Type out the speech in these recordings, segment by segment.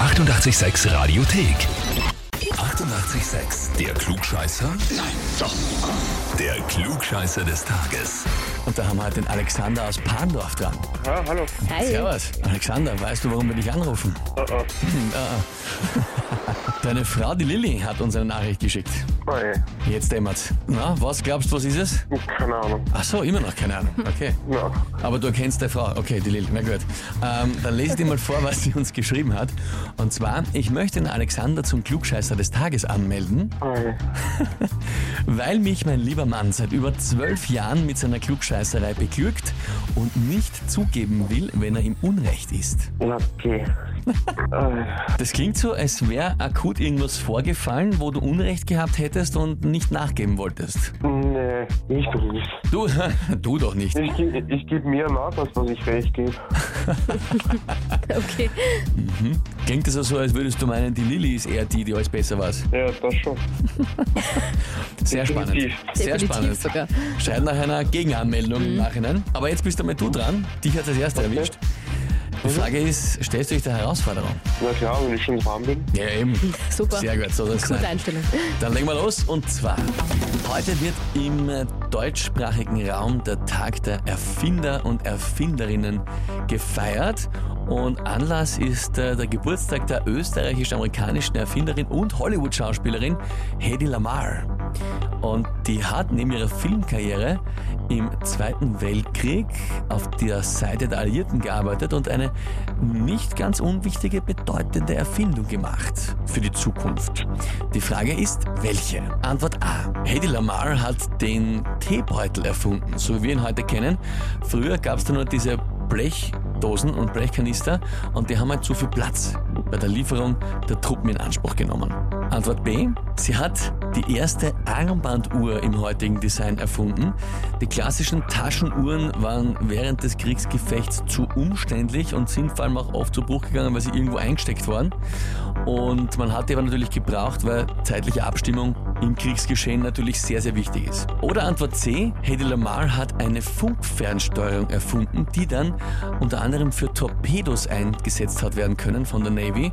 886 Radiothek. 88,6. Der Klugscheißer? Nein, doch. Der Klugscheißer des Tages. Und da haben wir halt den Alexander aus Pandorf dran. Ja, hallo. Hi. Servus. Alexander, weißt du, warum wir dich anrufen? Oh, oh. Deine Frau, die Lilly, hat uns eine Nachricht geschickt. Oh, ey. Jetzt dämmert's. Na, was glaubst du, was ist es? Keine Ahnung. Ach so, immer noch keine Ahnung. Okay. Ja. Aber du erkennst deine Frau. Okay, die Lilly, na gut. Ähm, dann lese ich dir mal vor, was sie uns geschrieben hat. Und zwar, ich möchte den Alexander zum Klugscheißer des Tages anmelden. Oh, ey. Weil mich mein lieber Mann seit über zwölf Jahren mit seiner Klugscheißerei beglückt und nicht zugeben will, wenn er im Unrecht ist. Na, okay. Das klingt so, als wäre akut irgendwas vorgefallen, wo du Unrecht gehabt hättest und nicht nachgeben wolltest. Nee, ich doch nicht. Du, du doch nicht. Ich, ge- ich gebe mir nach, dass was ich fähig gebe. Okay. Klingt es also so, als würdest du meinen, die Lilly ist eher die, die alles besser war. Ja, das schon. Sehr spannend. Definitiv. Sehr Definitiv spannung. sogar. Schreit nach einer Gegenanmeldung im Nachhinein. Aber jetzt bist einmal du dran. Dich hat das erste erwischt. Die Frage ist, stellst du dich der Herausforderung? Na klar, wenn ich schon dran bin. Ja, eben. Super. Sehr gut, so soll es Gute sein. Einstellung. Dann legen wir los und zwar, heute wird im äh, deutschsprachigen Raum der Tag der Erfinder und Erfinderinnen gefeiert und Anlass ist äh, der Geburtstag der österreichisch-amerikanischen Erfinderin und Hollywood-Schauspielerin Hedy Lamar. Und die hat neben ihrer Filmkarriere im Zweiten Weltkrieg auf der Seite der Alliierten gearbeitet und eine nicht ganz unwichtige, bedeutende Erfindung gemacht für die Zukunft. Die Frage ist, welche? Antwort A. Hedy Lamar hat den Teebeutel erfunden, so wie wir ihn heute kennen. Früher gab es da nur diese Blechdosen und Blechkanister und die haben halt zu viel Platz bei der Lieferung der Truppen in Anspruch genommen. Antwort B. Sie hat die erste Armbanduhr im heutigen Design erfunden. Die klassischen Taschenuhren waren während des Kriegsgefechts zu umständlich und sind vor allem auch oft zu Bruch gegangen, weil sie irgendwo eingesteckt waren. Und man hat die aber natürlich gebraucht, weil zeitliche Abstimmung im Kriegsgeschehen natürlich sehr, sehr wichtig ist. Oder Antwort C, Hedy Lamar hat eine Funkfernsteuerung erfunden, die dann unter anderem für Torpedos eingesetzt hat werden können von der Navy,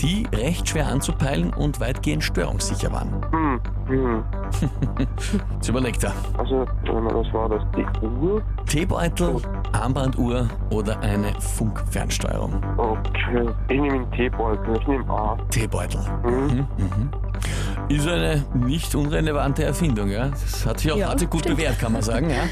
die recht schwer anzupeilen und weitgehend störungssicher waren. Hm, hm. Jetzt überlegt er. Also, warte mal, was war das? Die Uhr? Teebeutel, Armbanduhr oder eine Funkfernsteuerung? Okay. Ich nehme den Teebeutel. Ich nehme A. Teebeutel. Mhm, Hm. Ist eine nicht unrelevante Erfindung, ja? Das hat sich auch Ja, hat sich gut stimmt. bewährt, kann man sagen, ja?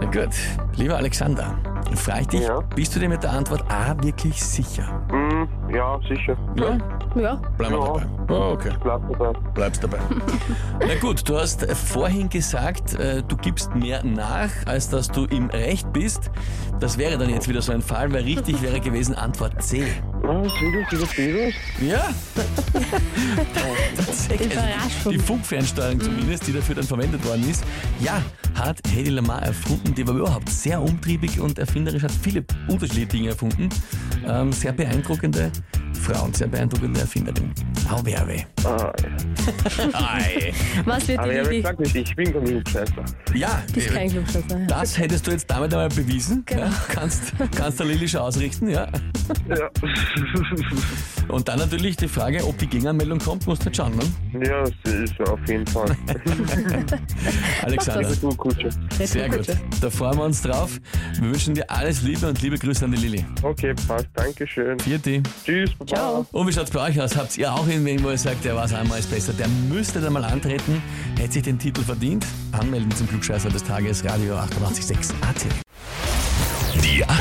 Na gut, lieber Alexander, dann frage ich dich, Ja. bist du dir mit der Antwort A wirklich sicher? Hm, ja, sicher. Ja, Ja. bleiben wir Ja. dabei. Oh, okay. Bleib dabei. Bleibst dabei. Na gut, du hast äh, vorhin gesagt, äh, du gibst mehr nach, als dass du im Recht bist. Das wäre dann jetzt wieder so ein Fall, weil richtig wäre gewesen Antwort C. Ah, sind das diese Feders? Ja. Tatsächlich. Überraschung. Die Funkfernsteuerung zumindest, die dafür dann verwendet worden ist, ja, hat Hedy Lamar erfunden. Die war überhaupt sehr umtriebig und erfinderisch, hat viele unterschiedliche Dinge erfunden. Ähm, sehr beeindruckende Frau und sehr beeindruckende Erfinderin. Auwe, auwe. Ah, ja. Ei. Was wird die Aber ich habe Lilly? gesagt, ich bin kein Klugscheißer. Ja, Die ist kein Klugscheißer. ja. das hättest du jetzt damit einmal bewiesen. Ja, kannst, kannst der Lilly schon ausrichten, ja. Ja. Und dann natürlich die Frage, ob die Gegenanmeldung kommt, musst du jetzt schauen, ne? ja, das ist auf jeden Fall. Alexander. Du, Kutsche. Sehr gut. Da freuen wir uns drauf. Wir wünschen dir alles Liebe und liebe Grüße an die Lilly. Okay, passt. Dankeschön. Vierte. Tschüss, Baba. Ciao. Und wie schaut's bei euch aus? Habt ihr auch irgendwen, wo ihr sagt, der war's einmal ist besser? Der müsste da mal antreten. Hätte sich den Titel verdient? Anmelden zum Klugscheißer des Tages, Radio 886 AT. Die